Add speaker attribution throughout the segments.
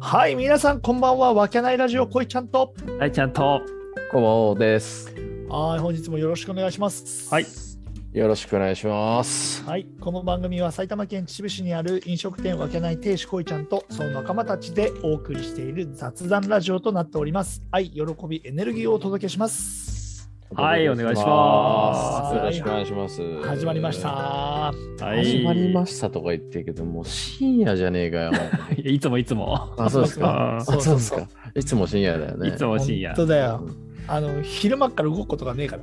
Speaker 1: はい、皆さんこんばんは。わけないラジオ、こいちゃんと。
Speaker 2: はい、ちゃんと。
Speaker 3: こんばんはです。
Speaker 1: はい、本日もよろしくお願いします。
Speaker 2: はい
Speaker 3: よろしくお願いします。
Speaker 1: はい、この番組は埼玉県秩父市にある飲食店わけない亭主こいちゃんとその仲間たちでお送りしている雑談ラジオとなっております。愛、喜び、エネルギーをお届けします。
Speaker 2: はいお願いします
Speaker 3: よろしくお願いします。
Speaker 1: 始まりまし。た。
Speaker 2: はい。
Speaker 3: 始まりましたとか言ってるけど、もう深夜じゃねえかよ。
Speaker 2: いやいつもいつも。
Speaker 3: あ、そう ですか。
Speaker 2: あ
Speaker 3: あ、そうですか。いつも深夜だよね。
Speaker 2: いつも深夜
Speaker 1: 本。当だよ。
Speaker 3: うん
Speaker 1: あの昼間っから動くことがねえから、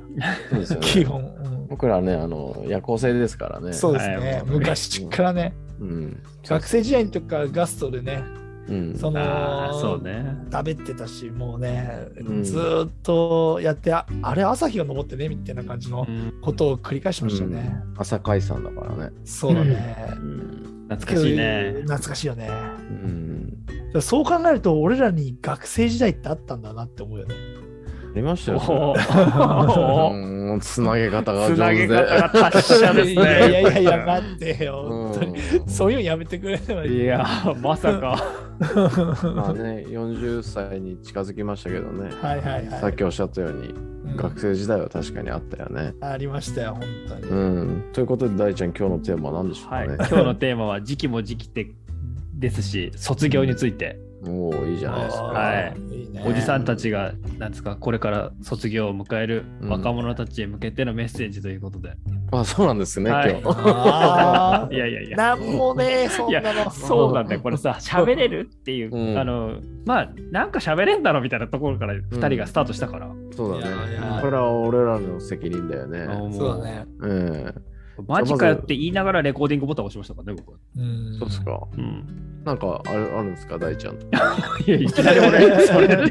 Speaker 3: そうですよ
Speaker 1: 基
Speaker 3: ね。
Speaker 1: 本。うん
Speaker 3: 僕らね、あの夜行性ですからね。
Speaker 1: そうです
Speaker 2: はい
Speaker 1: ね
Speaker 2: も。う
Speaker 1: 昔っからね、
Speaker 3: うん。
Speaker 1: 学生時代の時からガストでね、
Speaker 3: うん。
Speaker 1: そ
Speaker 2: ああ、
Speaker 1: の、
Speaker 2: そうね。
Speaker 1: 食べてたしもうね、
Speaker 3: うん
Speaker 1: ずーっとやってああれ朝日が昇ってねみたいな感じの
Speaker 2: うん
Speaker 1: ことを繰り返してましたね、
Speaker 3: 朝解散だからね。
Speaker 1: そうだね、
Speaker 3: うん。
Speaker 2: 懐かしいね。
Speaker 1: 懐かしいよね
Speaker 3: うん。
Speaker 1: そう考えると俺らに学生時代ってあったんだなって思うよね
Speaker 3: ありましたよね。
Speaker 2: おー
Speaker 3: うん。つなげ方 が
Speaker 2: つ
Speaker 3: 上
Speaker 2: なげ
Speaker 3: 手
Speaker 2: 方
Speaker 3: で。
Speaker 2: が達 者です ね。
Speaker 1: いやいやいやいや待ってよ、本当に
Speaker 3: うん
Speaker 1: そういうのやめてくれればいい
Speaker 2: いや、まさか。
Speaker 3: まあ
Speaker 1: は
Speaker 3: ね、40歳に近づきましたけどね、
Speaker 1: いはいはい
Speaker 3: さっきおっしゃったように、
Speaker 1: うん
Speaker 3: 学生時代は確かにあったよね。
Speaker 1: ありましたよ本当に、
Speaker 3: うん。ということで、大ちゃん、今日のテーマは何でしょう
Speaker 2: はい。
Speaker 3: かね
Speaker 2: 今。日のテーマは時期も時期ってですし、卒業について、
Speaker 3: もういいじゃないですか。
Speaker 2: はい
Speaker 1: いね
Speaker 2: おじさんたちが、なんですか、これから卒業を迎える若者たちへ向けてのメッセージということで。
Speaker 3: あ、そうなんですね、
Speaker 2: はい
Speaker 3: 今日。
Speaker 1: あ
Speaker 2: いやいやい
Speaker 1: ー
Speaker 2: や。
Speaker 1: なんもねえそんなの
Speaker 2: そうなんだよ、これさ、喋れるっていう、
Speaker 3: うん
Speaker 2: あの、まあ、なんか喋れんだろみたいなところから2人がスタートしたから、
Speaker 3: そうだ
Speaker 1: いやい
Speaker 3: ね
Speaker 1: や。
Speaker 3: これは俺らの責任だよ
Speaker 2: あの
Speaker 3: ね。
Speaker 1: そうだね
Speaker 3: うん。
Speaker 2: マジかよって言いながらレコーディングボタン押しましたからね、僕は。
Speaker 1: うん
Speaker 3: そうですか。
Speaker 2: うん、
Speaker 3: なんかあるあるんですか、大ちゃんと。
Speaker 2: いや、いきなり俺、それで。
Speaker 3: メ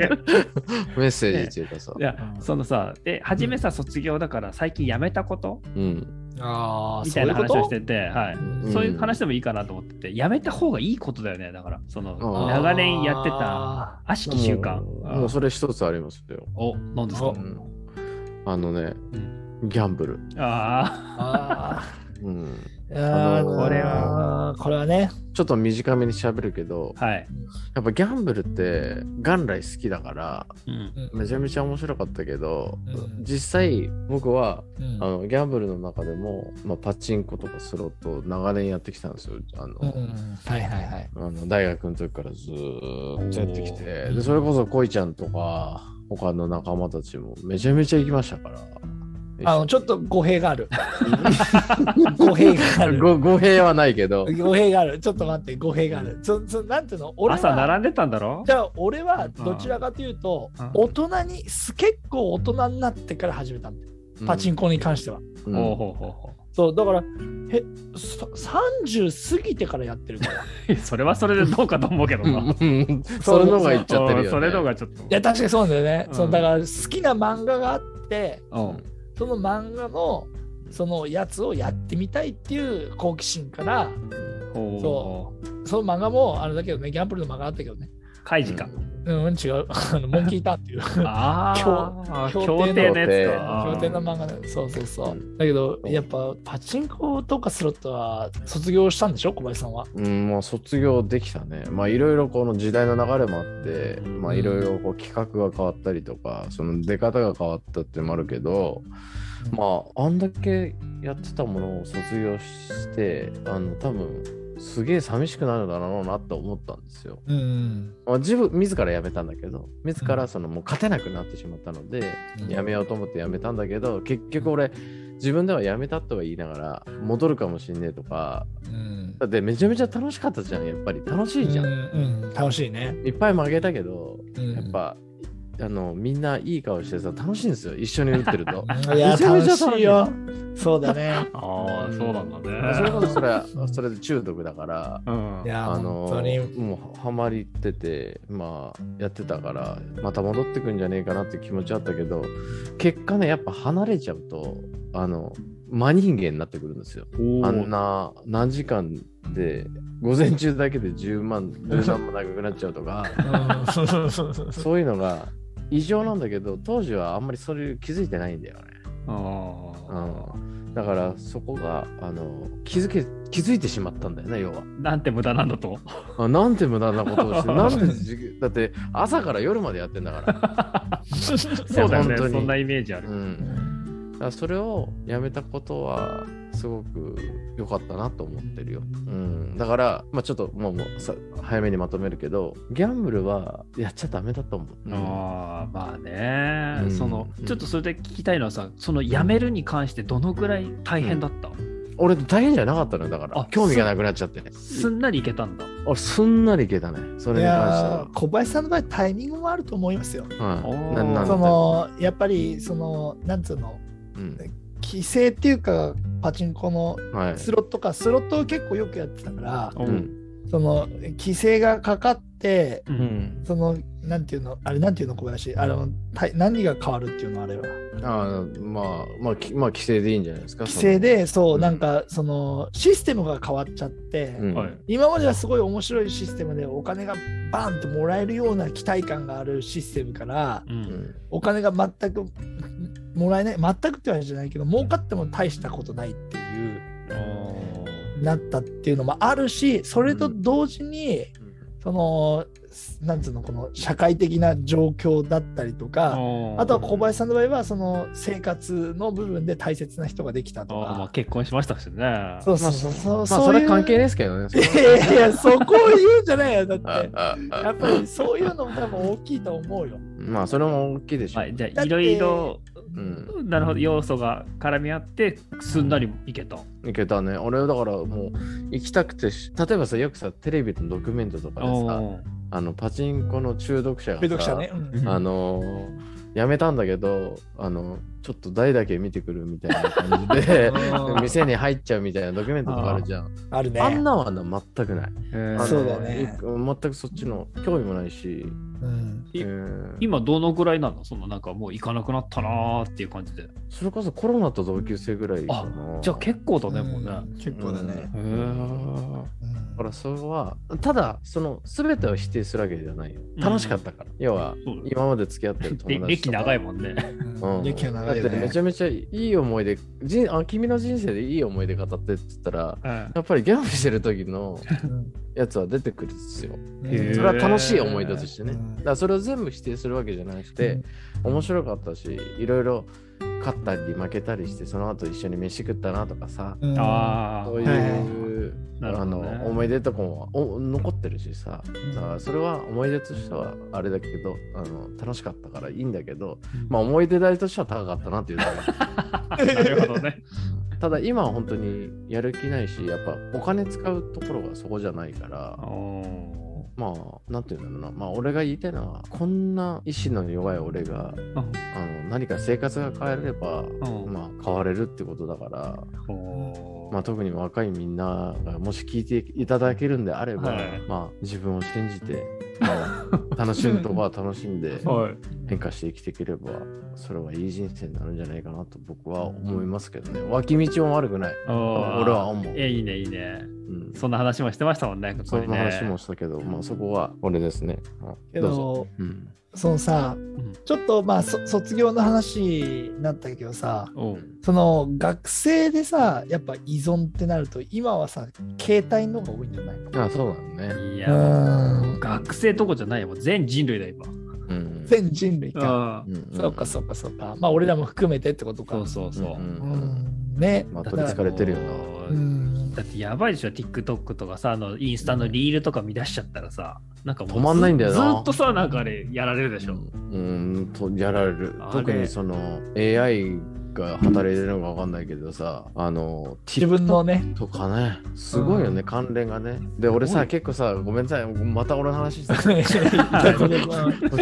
Speaker 3: ッセージっていうかさ
Speaker 2: い。や、そのさ、で、初めさ、卒業だから、最近辞めたこと
Speaker 3: うん。
Speaker 1: ああ
Speaker 2: みたいな話をしてて、はい。
Speaker 1: うん
Speaker 2: そういう話でもいいかなと思ってて、辞めた方がいいことだよね、だから、その、
Speaker 3: あー
Speaker 2: 長年やってた、悪しき習慣。
Speaker 3: もうもうそれ一つありますよ。
Speaker 2: お、何ですか
Speaker 1: お
Speaker 3: うんあのね
Speaker 2: う、
Speaker 3: ギャンブル。
Speaker 2: あ
Speaker 1: あ
Speaker 3: うん。
Speaker 1: ーあー
Speaker 3: あのー
Speaker 1: これはこれはね
Speaker 3: ちょっと短めに喋るけど
Speaker 2: あ、はい。
Speaker 3: やっぱギャンブルって元来好きだから
Speaker 2: うん
Speaker 3: めちゃめちゃ面白かったけど、
Speaker 1: うん
Speaker 3: 実際僕は
Speaker 1: うん
Speaker 3: あのギャンブルの中でも、まあ、パチンコとかスロットを長年やってきたんですよあの、
Speaker 1: うんはいはいはい
Speaker 3: あの大学の時からずーっとやってきて
Speaker 1: おー
Speaker 3: でそれこそ恋ちゃんとか他の仲間たちもめちゃめちゃ行きましたから
Speaker 1: あのちょっと語弊がある 語弊が ある
Speaker 3: ご語弊はないけど
Speaker 1: 語弊があるちょっと待って語弊があるそそなんていうの俺は
Speaker 2: 朝並んでたんだろ
Speaker 1: じゃあ俺はどちらかというと
Speaker 2: うん
Speaker 1: 大人にす結構大人になってから始めたんだよパチン
Speaker 3: コ、
Speaker 1: コに関しては
Speaker 3: うん
Speaker 2: ほうほうほうほ
Speaker 1: そうだからえさ30過ぎてからやってるから
Speaker 2: う それはそれでどうかと思うけど
Speaker 3: う
Speaker 2: な。
Speaker 3: んうんそれのが言っちゃってるよ、ね、
Speaker 2: うんそれのがちょっと。
Speaker 1: いや確かにそうなんだよね、
Speaker 2: うん
Speaker 1: そのだから好きな漫画があって
Speaker 2: うん
Speaker 1: その漫画のそのやつをやってみたいっていう好奇心から
Speaker 2: ほう
Speaker 1: そその漫画もあれだけどねギャンブルの漫画あったけどね
Speaker 2: 開示か。
Speaker 1: うん違うあのモンキーターンっていう
Speaker 2: ああ、
Speaker 1: 協
Speaker 2: 協定のやつか。
Speaker 1: 経典の漫画ねそうそうそう、
Speaker 3: うん
Speaker 1: だけどやっぱパチンコとかスロットは卒業したんでしょ小林さんは
Speaker 3: うん、もう卒業できたね。まあいろいろこの時代の流れもあって、まあいろいろこう企画が変わったりとか、その出方が変わったってのもあるけど、まああんだけやってたものを卒業して、あの多分すげえ寂しくなるだろうなと思ったんですよ。
Speaker 1: うん
Speaker 3: まあ、自分自ら辞めたんだけど、自らそのもう勝てなくなってしまったので、辞めようと思って辞めたんだけど、結局俺自分では辞めたとは言いながら戻るかもしんねえとか、
Speaker 1: うん
Speaker 3: だってめちゃめちゃ楽しかったじゃん、やっぱり楽しいじゃん。
Speaker 1: うんうん楽しいね、
Speaker 3: いっぱい負けたけど、
Speaker 1: うん
Speaker 3: やっぱ、あのみんないい顔してさ、楽しいんですよ、一緒に打ってると。
Speaker 1: いや
Speaker 3: めちゃめ
Speaker 1: 楽
Speaker 3: ちゃ楽しい
Speaker 1: しいよそうだね
Speaker 2: ああ、そうなんだね。
Speaker 3: それこそそれそれで中毒だから、
Speaker 2: うん
Speaker 1: いや、
Speaker 3: あ
Speaker 1: 本
Speaker 3: の
Speaker 1: 当に。
Speaker 3: もうハマりってて、まあ、やってたから、また戻ってくんじゃねえかなって気持ちあったけど、結果ね、やっぱ離れちゃうと、あの真人間になってくるんですよ。あんな何時間で、午前中だけで10万、13万なくなっちゃうとか。 そういうのが異常なんだけど、当時はあんまりそれ気づいてないんだよね。
Speaker 2: あ
Speaker 3: うん、だからそこがあの気づけ気づいてしまったんだよね要は
Speaker 2: あ。なんて無駄なんだ と。
Speaker 3: あなんて無駄なことをしてなんでじだって朝から夜までやってんだから
Speaker 2: そうだよね。
Speaker 3: 本当に
Speaker 2: そんなイメージある。
Speaker 3: うん、だからそれをやめたことはすごく良かったなと思ってるよ、うん、だから、まあ、ちょっともうもうさ早めにまとめるけどギャンブルはやっちゃダメだと思う、
Speaker 2: ああまあね、
Speaker 3: うん
Speaker 2: その
Speaker 3: うん
Speaker 2: ちょっとそれで聞きたいのはさその辞めるに関してどのくらい大変だった、
Speaker 3: 俺大変じゃなかったのよだか
Speaker 2: あ
Speaker 3: ら興味がなくなっちゃってね
Speaker 2: すんなりいけたんだ
Speaker 3: 俺すんなりいけたねそれ
Speaker 1: い
Speaker 3: に関
Speaker 1: やー小林さんの場合タイミングもあると思いますよ。
Speaker 3: しては、う
Speaker 2: おー
Speaker 3: ん、ななんだ
Speaker 1: そのやっぱりそのなんつうの
Speaker 3: うん
Speaker 1: 規制っていうかパチンコの
Speaker 3: はい
Speaker 1: スロットかスロットを結構よくやってたから
Speaker 2: う
Speaker 3: うん
Speaker 1: その規制がかかって
Speaker 2: う
Speaker 3: うんん、
Speaker 1: そのなんていうのあれなんていうの小林あのた何が変わるっていうのあれは
Speaker 3: あーまあまあきまあ規制でいいんじゃないですか
Speaker 1: 規制でそううんなんかそのシステムが変わっちゃって、
Speaker 3: そのうん
Speaker 2: はい
Speaker 1: 今まではすごい面白いシステムでお金がバーンともらえるような期待感があるシステムから
Speaker 2: う
Speaker 3: うんん
Speaker 1: お金が全くもらえない全くってわけじゃないけど儲かっても大したことないっていう
Speaker 2: あー
Speaker 1: なったっていうのもあるしそれと同時に、そのなんつうのこの社会的な状況だったりと
Speaker 2: あ
Speaker 1: か
Speaker 2: ー
Speaker 1: あとは小林さんの場合はその生活の部分で大切な人ができたと
Speaker 2: あーまあ
Speaker 1: か。
Speaker 2: 結婚しましたしね
Speaker 1: そうそうそうそう、
Speaker 3: まあそれは関係ない
Speaker 1: い
Speaker 3: ですけどねそ
Speaker 1: い
Speaker 3: れ は
Speaker 1: やいやい やそこを言うんじゃないよだって
Speaker 3: あああ
Speaker 1: やっぱりそういうのも多分大きいと思うよ。
Speaker 3: まあそれも大きいでしょう、
Speaker 2: はいじゃ
Speaker 1: だ
Speaker 2: あ
Speaker 1: って
Speaker 2: いろいろ
Speaker 3: うん
Speaker 2: なるほど要素が絡み合ってすんなりいけた、
Speaker 3: いけたね俺だからもう行きたくてし例えばさよくさテレビのドキュメントとかでさ
Speaker 2: おー
Speaker 3: あのパチンコの中毒者がさ
Speaker 1: 中毒者ね。うん
Speaker 2: うん
Speaker 3: あのーやめたんだけどあのちょっと台だけ見てくるみたいな感じ で店に入っちゃうみたいなドキュメントとかあるじゃん
Speaker 1: あるね。
Speaker 3: あんなはな全くない
Speaker 2: へー
Speaker 3: あの
Speaker 1: そうだね
Speaker 3: い全くそっちの興味もないし、
Speaker 1: うん
Speaker 2: い
Speaker 3: えー
Speaker 2: 今どのぐらいなのそのなんかもう行かなくなったなーっていう感じで
Speaker 3: それこそコロナと同級生ぐらいかな
Speaker 2: じゃあ結構だね、もうね
Speaker 1: 結構だね。
Speaker 2: へー
Speaker 1: うん
Speaker 3: だからそれはただその全てを否定するわけじゃないよ
Speaker 2: うん
Speaker 3: 楽しかったから、要は
Speaker 2: そうだよ
Speaker 3: 今まで付き合ってる友達
Speaker 2: で
Speaker 3: と か
Speaker 2: 歴長いもんね。
Speaker 3: うん
Speaker 1: 歴が長いよ
Speaker 3: だってめ
Speaker 1: ね
Speaker 3: ち。ゃめちゃいい思い出人あ君の人生でいい思い出語ってって言ったら
Speaker 2: うん
Speaker 3: やっぱりギャンブルしてる時の
Speaker 1: うん
Speaker 3: やつは出てくるんですよ
Speaker 1: うん
Speaker 2: へー
Speaker 3: それは楽しい思い出としてね、
Speaker 1: うん
Speaker 3: だからそれを全部否定するわけじゃなくて、面白かったしいろいろ勝ったり負けたりしてその後一緒に飯食ったなとかさ
Speaker 1: うん
Speaker 2: ああ
Speaker 3: そういう、
Speaker 2: なるほ
Speaker 3: あ
Speaker 2: ど
Speaker 3: の
Speaker 2: ね
Speaker 3: 思い出とかもお残ってるしさだからそれは思い出としてはあれだけどあの楽しかったからいいんだけど、まあ、思い出代としては高かったなっていうだけ
Speaker 2: なるほどね。
Speaker 3: ただ今は本当にやる気ないしやっぱお金使うところがそこじゃないから
Speaker 2: お
Speaker 3: まあなんていうんだろうなまあ俺が言いたいのはこんな意志の弱い俺があの何か生活が変えれれば、
Speaker 2: ん
Speaker 3: まあ変われるってことだから、
Speaker 2: お
Speaker 3: まあ、特に若いみんながもし聞いていただけるんであれば、
Speaker 2: はい
Speaker 3: まあ自分を信じて、まあ楽しむとこは楽しんで
Speaker 2: はい。
Speaker 3: 変化して生きていければそれはいい人生になるんじゃないかなと僕は思いますけどね脇道も悪くない、俺は思う
Speaker 2: え、いいね、いいね。
Speaker 3: うん、
Speaker 2: そんな話もしてましたもんね、こ
Speaker 3: そ
Speaker 2: こ
Speaker 3: ん
Speaker 2: に
Speaker 3: な
Speaker 2: ね。
Speaker 3: 話もしたけど、まあそこは俺ですね、はい
Speaker 1: け
Speaker 3: どうぞ、
Speaker 1: ど、
Speaker 3: うん
Speaker 1: そのさ
Speaker 2: ん、
Speaker 1: ちょっとまあ、そ卒業の話になったけどさ、
Speaker 2: おう
Speaker 1: その学生でさ、やっぱ依存ってなると、今はさ、携帯の方が多いんじゃない
Speaker 3: あそうなんね、
Speaker 2: いや、
Speaker 1: うん
Speaker 2: 学生どこじゃないよ。もう全人類だ、今。
Speaker 3: うん
Speaker 1: 全人類か。
Speaker 2: うん
Speaker 3: うん
Speaker 1: そうかそうかそうか。まあ俺らも含めてってことか。
Speaker 2: そうそうそう。
Speaker 3: ん
Speaker 1: う
Speaker 3: うん
Speaker 1: ん。ね。
Speaker 3: まあ
Speaker 2: だ
Speaker 3: 取り憑かれてるよな
Speaker 2: も
Speaker 1: う
Speaker 2: う
Speaker 1: ん。
Speaker 2: だってやばいでしょ TikTok とかさあのインスタのリールとか見出しちゃったらさなんかもう
Speaker 3: 止まんないんだよな
Speaker 2: ずずっとさなんかあれやられるでしょ、
Speaker 3: うんとやられる
Speaker 2: あれ
Speaker 3: 特にその AI が働いてるのかわかんないけどさあの
Speaker 1: 自分の ね。
Speaker 3: とかねすごいよね、関連がねで俺
Speaker 2: すご
Speaker 3: さ
Speaker 2: い
Speaker 3: 結構さごめんなさいまた俺の話して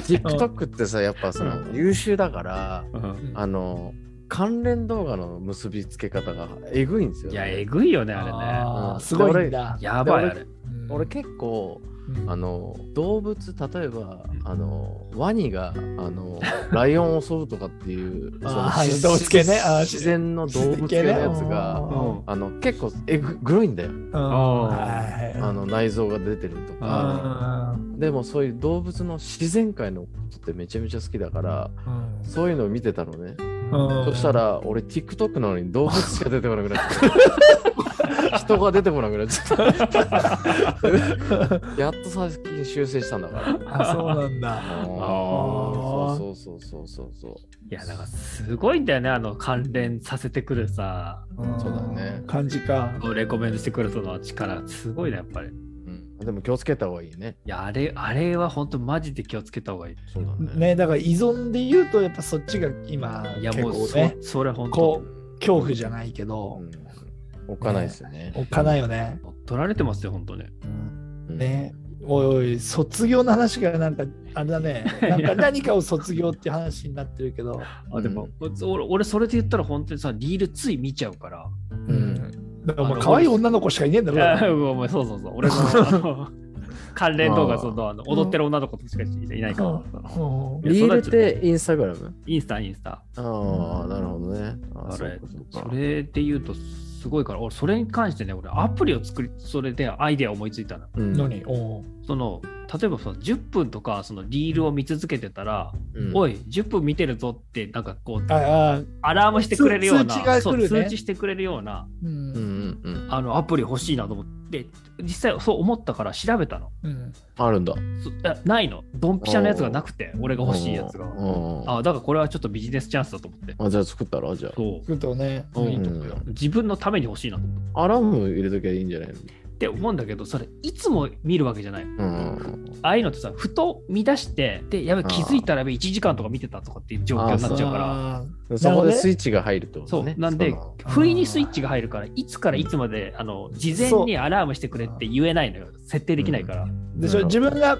Speaker 3: TikTok ってさやっぱその、
Speaker 2: うん
Speaker 3: 優秀だから
Speaker 2: うん
Speaker 3: あの関連動画の結びつけ方がえぐいんですよ、
Speaker 2: いやえぐいよねあれね
Speaker 1: あ
Speaker 3: う
Speaker 1: ー
Speaker 3: ん
Speaker 1: すごいんだ。
Speaker 2: やばいあれ
Speaker 3: 俺結構
Speaker 1: うん
Speaker 3: あの動物例えば
Speaker 2: うん
Speaker 3: あのワニがあ のライオンを襲うとかっていうその
Speaker 1: あー
Speaker 3: し
Speaker 1: 動物系ねあー
Speaker 3: 自然の動物系のやつがあの結構えぐグロいんだよ
Speaker 1: うんはい
Speaker 3: あの内臓が出てるとかでもそういう動物の自然界のことってめちゃめちゃ好きだから
Speaker 1: うん
Speaker 3: そういうのを見てたのね
Speaker 1: う
Speaker 3: そしたら俺 TikTok なのに動物しか出てこな くなっちゃった人が出てこなくなっちゃったやっと最近修正したんだから
Speaker 1: あそうなんだ。ー
Speaker 3: あーそうそうそうそうそうそう
Speaker 2: いや、だからすごいんだよね、あの関連させてくるさ、
Speaker 3: そうだね
Speaker 1: 感じか。
Speaker 2: レコメンドしてくるその力、すごいな、やっぱり。い
Speaker 3: うんでも気をつけた方がいいね
Speaker 2: や、あれ、あれは本当マジで気をつけた方がいい。
Speaker 3: そうだね
Speaker 1: ねだから依存で言うとやっぱそっちが今
Speaker 2: いや、
Speaker 1: 結
Speaker 2: もう
Speaker 1: 構
Speaker 2: そ、
Speaker 1: ね
Speaker 2: それ本
Speaker 1: こう恐
Speaker 2: 当
Speaker 1: 怖じゃないけど、
Speaker 3: うん置かないですよね
Speaker 1: おっかないよね。
Speaker 2: 取られてますよ、本当ね。
Speaker 3: うん
Speaker 1: ねおいおい卒業の話がなんかあれだねなんか何かを卒業って話になってるけど、
Speaker 2: あでも、こいつ俺、俺それで言ったら本当にさ、リールつい見ちゃうから。
Speaker 1: うん、だからお
Speaker 2: あ
Speaker 1: 前
Speaker 2: の
Speaker 1: 可愛い女の子しかいねえんだ
Speaker 2: いや
Speaker 1: ろ
Speaker 2: お前そうそうそう、俺のあの関連動画、
Speaker 3: あー
Speaker 2: そのあの踊ってる女の子としかいないから、
Speaker 1: うん
Speaker 2: いや
Speaker 3: リールってインスタグラム
Speaker 2: インスタ、インスタ。
Speaker 3: ああなるほどねあ
Speaker 2: あれ
Speaker 3: そうかそうか
Speaker 2: それで言うと、すごいから、俺、それに関してね、俺、アプリを作り、それでアイデアを思いついたの。
Speaker 3: うん
Speaker 1: 何おう
Speaker 2: その例えばその10分とかそのリールを見続けてたら、
Speaker 3: うん
Speaker 2: おい、10分見てるぞって、なんかこう、
Speaker 1: ああ、
Speaker 2: アラームしてくれるような、
Speaker 1: 通知が来るね
Speaker 2: そう通知してくれるような
Speaker 1: う
Speaker 3: うん
Speaker 1: ん
Speaker 3: うんうん
Speaker 2: あのアプリ欲しいなと思って、実際そう思ったから調べたの。
Speaker 1: うん、
Speaker 3: あるんだ
Speaker 2: そあないの。ドンピシャのやつがなくて、俺が欲しいやつが
Speaker 3: う。んうん
Speaker 2: あだからこれはちょっとビジネスチャンスだと思って。
Speaker 3: あじゃあ作ったらじゃあ
Speaker 2: そう
Speaker 1: 作るとね、
Speaker 2: うん
Speaker 1: いいと
Speaker 3: 思うよ
Speaker 2: 自分のために欲しいなと思って
Speaker 3: アラーム入れときゃいいんじゃないの
Speaker 2: って思うんだけど、それいつも見るわけじゃない。
Speaker 3: うん
Speaker 2: ああいうのってさ、ふと見出して、で、やべ、
Speaker 3: あー
Speaker 2: 気づいたらやべ、1時間とか見てたとかっていう状況になっちゃうから。
Speaker 1: あ
Speaker 3: うん、そこでスイッチが入るってこ
Speaker 2: そ
Speaker 3: と
Speaker 2: う
Speaker 3: ね。
Speaker 2: なんで
Speaker 3: の
Speaker 2: 不意にスイッチが入るからいつからいつまであの事前にアラームしてくれって言えないのよ設定できないから、
Speaker 1: ーでしょ
Speaker 3: な
Speaker 1: 自
Speaker 3: るほど
Speaker 1: 分が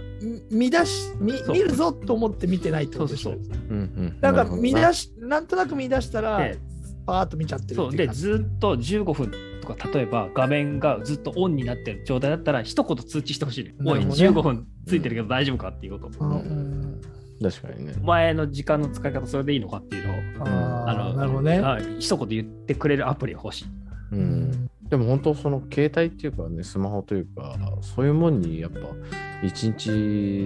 Speaker 1: み見出し見
Speaker 2: そう
Speaker 1: 見るぞと思って見てないってことでしょ
Speaker 2: そうそ
Speaker 3: うんうん、
Speaker 1: なんか
Speaker 3: るほど
Speaker 1: 見出しなんとなく見出したら
Speaker 2: で
Speaker 1: パーッと見ちゃってる
Speaker 2: そう
Speaker 1: ってい
Speaker 2: で
Speaker 1: う感じ
Speaker 2: ずっと15分とか例えば画面がずっとオンになってる状態だったら一言通知してほしい、ね、
Speaker 1: な
Speaker 2: おい
Speaker 1: るほどね
Speaker 2: 15分ついてるけど大丈夫かっていうこと、
Speaker 1: うん
Speaker 3: 確かにね。
Speaker 2: お前の時間の使い方それでいいのかっていうのを
Speaker 1: うんあーなるほどね、
Speaker 2: はい一言言ってくれるアプリが欲しい
Speaker 3: うん、でも本当その携帯っていうかねスマホというかそういうもんにやっぱ一日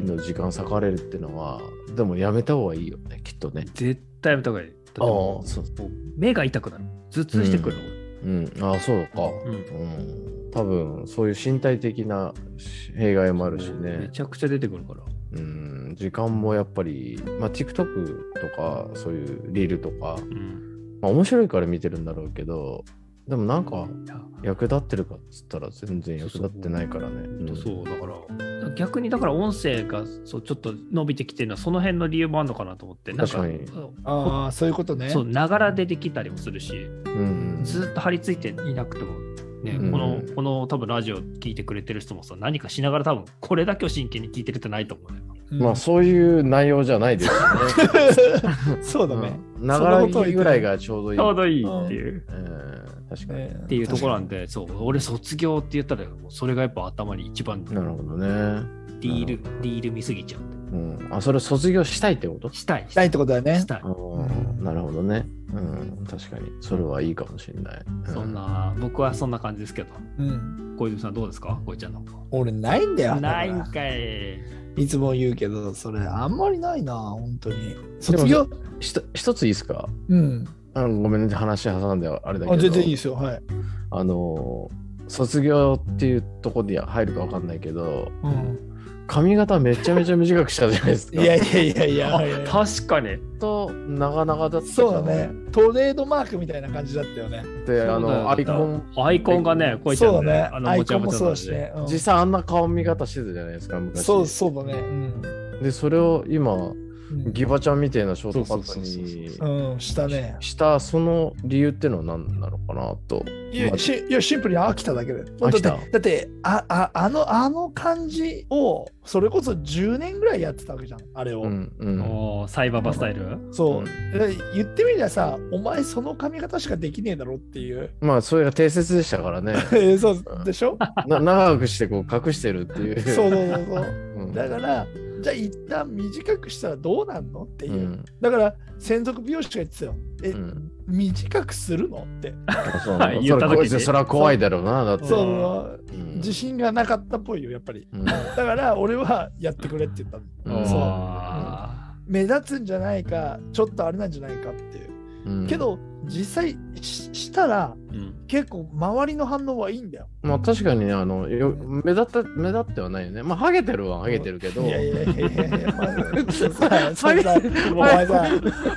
Speaker 3: の時間割かれるってのはでもやめた方がいいよねきっとね。
Speaker 2: 絶対やめた方がいいだっても
Speaker 3: そう。
Speaker 2: うもう目が痛くなる頭痛してくるの、
Speaker 3: うん、ああそうか。
Speaker 2: うん
Speaker 3: うん。多分そういう身体的な弊害もあるし
Speaker 2: め
Speaker 3: ね。
Speaker 2: ちゃくちゃ出てくるから
Speaker 3: うん、時間もやっぱり、まあ、TikTok とかそういうリールとか、
Speaker 2: うん
Speaker 3: まあ、面白いから見てるんだろうけどでもなんか
Speaker 2: いや
Speaker 3: 役立ってるかっつったら全然役立ってないからね。
Speaker 2: ほんとそうだから逆にだから音声がそうちょっと伸びてきてるのはその辺の理由もあるのかなと思ってなんか
Speaker 3: 確かに
Speaker 2: そう
Speaker 1: ああそういうことね
Speaker 2: そうながらでできたりもするし
Speaker 3: うん。
Speaker 2: ずーっと張り付いていなくても、ね
Speaker 1: うん
Speaker 2: このこの多分ラジオ聞いてくれてる人もさ何かしながら多分これだけを真剣に聞いてるってないと思うね。
Speaker 1: うん
Speaker 3: まあそういう内容じゃないですよね。
Speaker 1: そうだね、
Speaker 3: うんながら聞きぐらいがちょうどいい。
Speaker 2: ちょうど
Speaker 1: い
Speaker 2: いいっ
Speaker 1: ってて
Speaker 2: い。
Speaker 1: いう
Speaker 3: うん確かに。
Speaker 1: ね
Speaker 2: っていうところなんで、そう、俺卒業って言ったら、もうそれがやっぱ頭に一番
Speaker 3: なるほどね。
Speaker 2: ディール、ディール見すぎちゃう。
Speaker 3: うん。あ、それ卒業したいってこと
Speaker 2: したい。し
Speaker 1: したいってことだよね
Speaker 2: たい
Speaker 3: あ。ーなるほどね。うん。確かに。それはいいかもしれない。う
Speaker 2: そん。な、僕はそんな感じですけど、
Speaker 1: うん
Speaker 2: 小泉さんどうですか小泉ちゃんの方
Speaker 1: 俺ないんだよだから
Speaker 2: ないんかい。
Speaker 1: いつも言うけどそれあんまりないな本当に卒業
Speaker 3: ひと一ついいですか
Speaker 1: うん
Speaker 3: あのごめんね、話挟んであれだけど。
Speaker 1: あ全然いいですよはい、
Speaker 3: あの卒業っていうところで入るかわかんないけど
Speaker 1: うん、
Speaker 3: 髪型めちゃめちゃ短くしたじゃないです
Speaker 1: い
Speaker 3: か。
Speaker 1: やいやいやいや
Speaker 2: あ
Speaker 1: いやいや
Speaker 2: 確かに。
Speaker 3: ずっと長々だった
Speaker 1: そうだねトレードマークみたいな感じだったよね
Speaker 3: であのアイコン
Speaker 2: ン。アイコンがね、小泉ちゃん
Speaker 1: そうだね
Speaker 2: あの、
Speaker 1: ア
Speaker 2: も
Speaker 1: イ
Speaker 2: ちゃ
Speaker 1: コン
Speaker 2: も
Speaker 1: も
Speaker 2: ちゃ
Speaker 1: そう
Speaker 2: な
Speaker 1: だ
Speaker 2: ん
Speaker 1: し
Speaker 2: で。
Speaker 1: ね、うん
Speaker 3: 実際あんな顔見方してたじゃないですか昔
Speaker 1: そうそうだねうん
Speaker 3: でそれを今
Speaker 1: うん
Speaker 3: ギバちゃんみたいなショートカット
Speaker 2: そうそう
Speaker 3: に
Speaker 2: そう
Speaker 1: うん、したね。
Speaker 3: したその理由ってのは何なのかなと
Speaker 1: いや、しいやシンプルに飽きただけだよ。だ
Speaker 3: 飽
Speaker 1: って、
Speaker 3: きた
Speaker 1: だってあああの、あの感じを、それこそ10年ぐらいやってたわけじゃん、あれを。
Speaker 3: うんうん
Speaker 2: おーサイバーバスタイル
Speaker 1: そううんで言ってみりゃさ、お前その髪型しかできねえだろっていう。
Speaker 3: まあそれが定説でしたからね
Speaker 1: そうでしょ
Speaker 3: な長くしてこう隠してるっていう
Speaker 1: そうそうそうそう。
Speaker 3: うん
Speaker 1: だから、じゃあ一旦短くしたらどうなんのっていうう。
Speaker 3: ん
Speaker 1: だから、専属美容師が言ってたよ。え、
Speaker 3: うん
Speaker 1: 短くするのって。
Speaker 3: あそうなんだ
Speaker 2: 言った時に
Speaker 3: それはそれは怖いだろうなだって
Speaker 2: ん
Speaker 1: そうそう、
Speaker 3: うん
Speaker 1: 自信がなかったっぽいよ、やっぱり。
Speaker 3: うん
Speaker 1: だから、俺はやってくれって言ったの。
Speaker 3: うん
Speaker 1: そう
Speaker 2: あ
Speaker 1: 目立つんじゃないかちょっとあれなんじゃないかっていう
Speaker 3: うん
Speaker 1: け、ど実際ししたら
Speaker 2: うん
Speaker 1: 結構周りの反応はいいんだよ。
Speaker 3: まあ確かにね、あの、よ目立った、目立ってはないよね。まあ、ハゲてるはハゲてるけど、
Speaker 1: いやいやいやいやいや、ま あ、そ
Speaker 3: ハ
Speaker 1: れ
Speaker 3: ゲ
Speaker 1: さお前さ、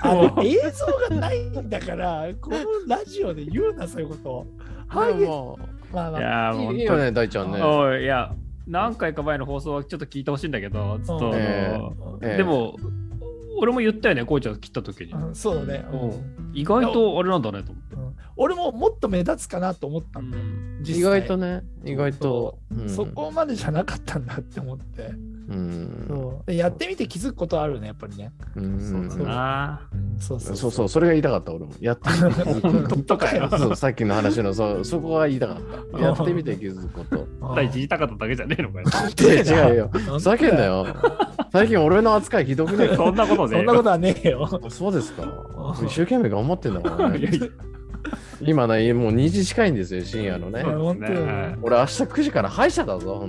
Speaker 1: あの映像がないんだから、このラジオで言うな、そういうこと。ハゲ、
Speaker 3: も
Speaker 1: まあま
Speaker 2: い
Speaker 1: あ、
Speaker 2: やー、
Speaker 3: う
Speaker 2: 本
Speaker 3: いい
Speaker 2: 当
Speaker 3: よね、大ちゃんね。
Speaker 2: おいいや何回か前の放送はちょっと聞いてほしいんだけどちょっと、
Speaker 3: えええ
Speaker 2: でも俺も言ったよねこうちゃん切った時に、
Speaker 1: うんそうだね、う
Speaker 2: うんん意外とあれなんだねと思って、
Speaker 1: うん俺ももっと目立つかなと思った
Speaker 2: うん
Speaker 1: だよ、
Speaker 2: ん、
Speaker 1: 実際
Speaker 3: 意外とね、意外と。うん
Speaker 1: そこまでじゃなかったんだって思って、
Speaker 3: うん。
Speaker 1: そうでやってみて気づくことあるねやっぱりね、
Speaker 3: うん
Speaker 1: そうだな
Speaker 2: あ
Speaker 1: そうそう
Speaker 3: そうそう、それが言いたかった、俺も。やってみて気づくこと
Speaker 1: とか よ
Speaker 3: そうさっきの話のそうそこが言いたかった。やってみて気づくこと。
Speaker 2: あ大事いたかっただけじゃねえのかよ
Speaker 3: 違うよ。
Speaker 1: よ
Speaker 3: ふざけんなよ。最近俺の扱いひどくねえか
Speaker 2: そんなこと
Speaker 1: そ
Speaker 2: で
Speaker 1: んなことはねえよ
Speaker 3: そうですか。一生懸命頑張ってんだから
Speaker 2: いや
Speaker 3: ね。
Speaker 2: いや
Speaker 3: 今ね、もう2時近いんですよ、深夜のね
Speaker 1: そ。う本当よ
Speaker 2: はい
Speaker 3: 俺明日9時から歯医者だぞ、本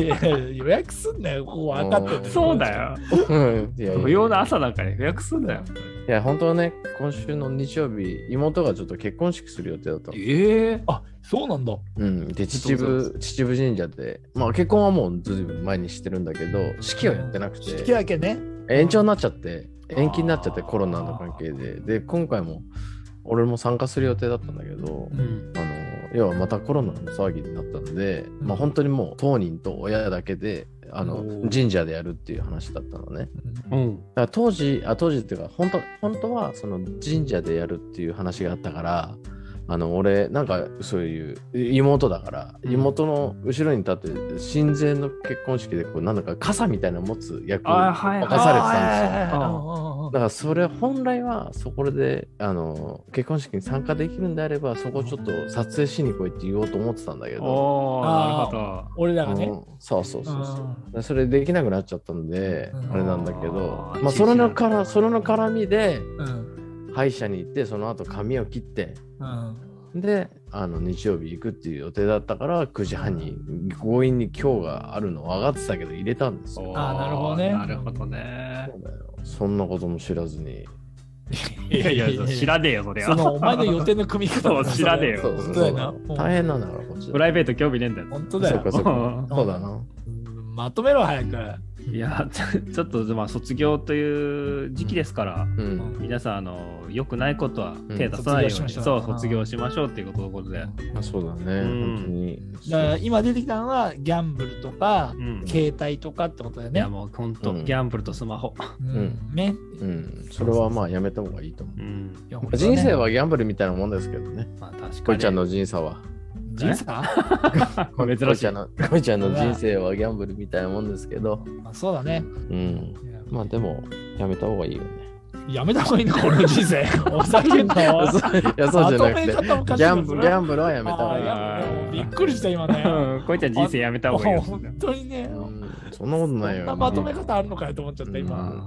Speaker 1: いやいや予約すんなよここ分かってて
Speaker 2: そうだよ
Speaker 3: 当に。うんいやいや
Speaker 2: 不要な朝なんかに予約すんだよ
Speaker 3: いや、本当はね、今週の日曜日、妹がちょっと結婚式する予定だったの。
Speaker 2: ええ
Speaker 1: あそうなんだ
Speaker 3: うん、で秩
Speaker 2: そうそ
Speaker 3: 父秩父神社で、まあ、結婚はもうずいぶん前にしてるんだけど式はやってなく
Speaker 1: 引き
Speaker 3: て
Speaker 1: 分けね
Speaker 3: 延長になっちゃって延期になっちゃって
Speaker 2: あー
Speaker 3: コロナの関係でで今回も俺も参加する予定だったんだけど、
Speaker 2: うん
Speaker 3: あの要はまたコロナの騒ぎになったんで、まあ本当にもう当人と親だけであの
Speaker 2: おー
Speaker 3: 神社でやるっていう話だったのね
Speaker 2: うん
Speaker 3: だから当時あ当時っていうか本当本当はその神社でやるっていう話があったからあの俺なんかそういう妹だから
Speaker 2: うん
Speaker 3: 妹の後ろに立って親善の結婚式でこうなんだか傘みたいなの持つ役を
Speaker 2: あはい
Speaker 3: 任されてたんですよ。
Speaker 1: あ
Speaker 2: あ
Speaker 1: あ
Speaker 3: だからそれ本来はそこであの結婚式に参加できるんであればそこをちょっと撮影しに来いって言おうと思ってたんだけど
Speaker 2: おーなるほど
Speaker 1: 俺ら
Speaker 3: う
Speaker 1: が
Speaker 3: ん
Speaker 1: ね
Speaker 3: そうそうそうそう
Speaker 1: あ
Speaker 3: でそれできなくなっちゃったんで、
Speaker 1: うん
Speaker 3: あれなんだけど
Speaker 2: あー
Speaker 3: まあ、
Speaker 2: 知事
Speaker 3: それの
Speaker 2: な
Speaker 3: か
Speaker 2: んだ
Speaker 3: らそれの絡みで
Speaker 1: ーうん
Speaker 3: 歯医者に行ってその後髪を切って
Speaker 1: うん
Speaker 3: であの日曜日行くっていう予定だったから9時半に強引に今日があるの分かってたけど入れたんですよ。
Speaker 1: あーなるほどね
Speaker 2: なるほどね
Speaker 3: そうだよそんなことも知らずに。
Speaker 2: いやいや知らねえよそりゃ
Speaker 1: そのお前の予定の組み方だな
Speaker 2: そう知らねえよ
Speaker 1: それ
Speaker 3: そうそ
Speaker 1: 本
Speaker 3: う
Speaker 1: 当だ
Speaker 3: そう
Speaker 1: よ
Speaker 3: だよ
Speaker 1: な
Speaker 3: 大変なんだからこっち
Speaker 2: プライベート興味ねえんだよ
Speaker 1: 本当だ
Speaker 3: そう
Speaker 1: よ
Speaker 3: かそうか
Speaker 2: う。
Speaker 3: そうだな。
Speaker 1: うんまとめろ早く
Speaker 2: いやちょちょっとまあ卒業という時期ですから、
Speaker 3: うん。
Speaker 2: 皆さんあの良くないことは手出さないよう
Speaker 1: う
Speaker 2: に、
Speaker 1: ん卒業しましょう
Speaker 2: そう卒業しましょうっていうことのことで、
Speaker 3: まあそうだね。
Speaker 2: うん
Speaker 3: 本当に。
Speaker 1: だから今出てきたのはギャンブルとか、
Speaker 2: うんい
Speaker 1: 携帯とかってことだよね
Speaker 2: や。もう本当、
Speaker 3: うん
Speaker 2: ギャンブルとスマホ、
Speaker 1: うんね。
Speaker 3: うん。それはまあやめた方がいいと思う。
Speaker 2: うん、
Speaker 1: いや
Speaker 3: 人生、はギャンブルみたいなもんですけどね。
Speaker 2: まあ確か
Speaker 3: こ
Speaker 2: に
Speaker 3: いちゃんの人生は。
Speaker 1: 人生か
Speaker 2: 珍しい
Speaker 3: こいちゃんのこいちゃんの人生はギャンブルみたいなもんですけど。
Speaker 1: まあそうだね。
Speaker 3: うん。まあでも、やめた方がいいよね。
Speaker 1: やめた方がいいの俺の人生。 お酒の。
Speaker 3: そういや、そうじゃなくて
Speaker 1: まとめ方おかしいな。
Speaker 3: ギャンブ
Speaker 1: そ
Speaker 3: ル、
Speaker 1: れ
Speaker 3: ギャンブルはやめた方
Speaker 1: あ
Speaker 3: が
Speaker 1: ー
Speaker 3: い
Speaker 1: い
Speaker 3: い。
Speaker 1: やびっくりした今ね。
Speaker 2: うんこいちゃん人生やめた方がいいよ
Speaker 1: 本当にね。
Speaker 3: うんそんなことない
Speaker 1: そ
Speaker 3: よ。
Speaker 1: んなまとめ方あるのかよと思っちゃった今。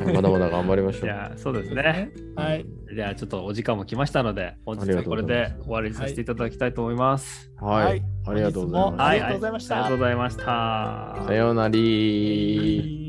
Speaker 3: うんまだまだ頑張りましょ。
Speaker 2: いうやそうですね
Speaker 1: はい。
Speaker 2: じゃあちょっとお時間も来ましたので本日はこれで終わりにさせていただきたいと思います、
Speaker 1: は
Speaker 3: はいい。ありがとうござい
Speaker 1: は
Speaker 3: ま
Speaker 1: いありがとうございました
Speaker 2: ありがとうございました
Speaker 3: す。さようなら。
Speaker 1: いい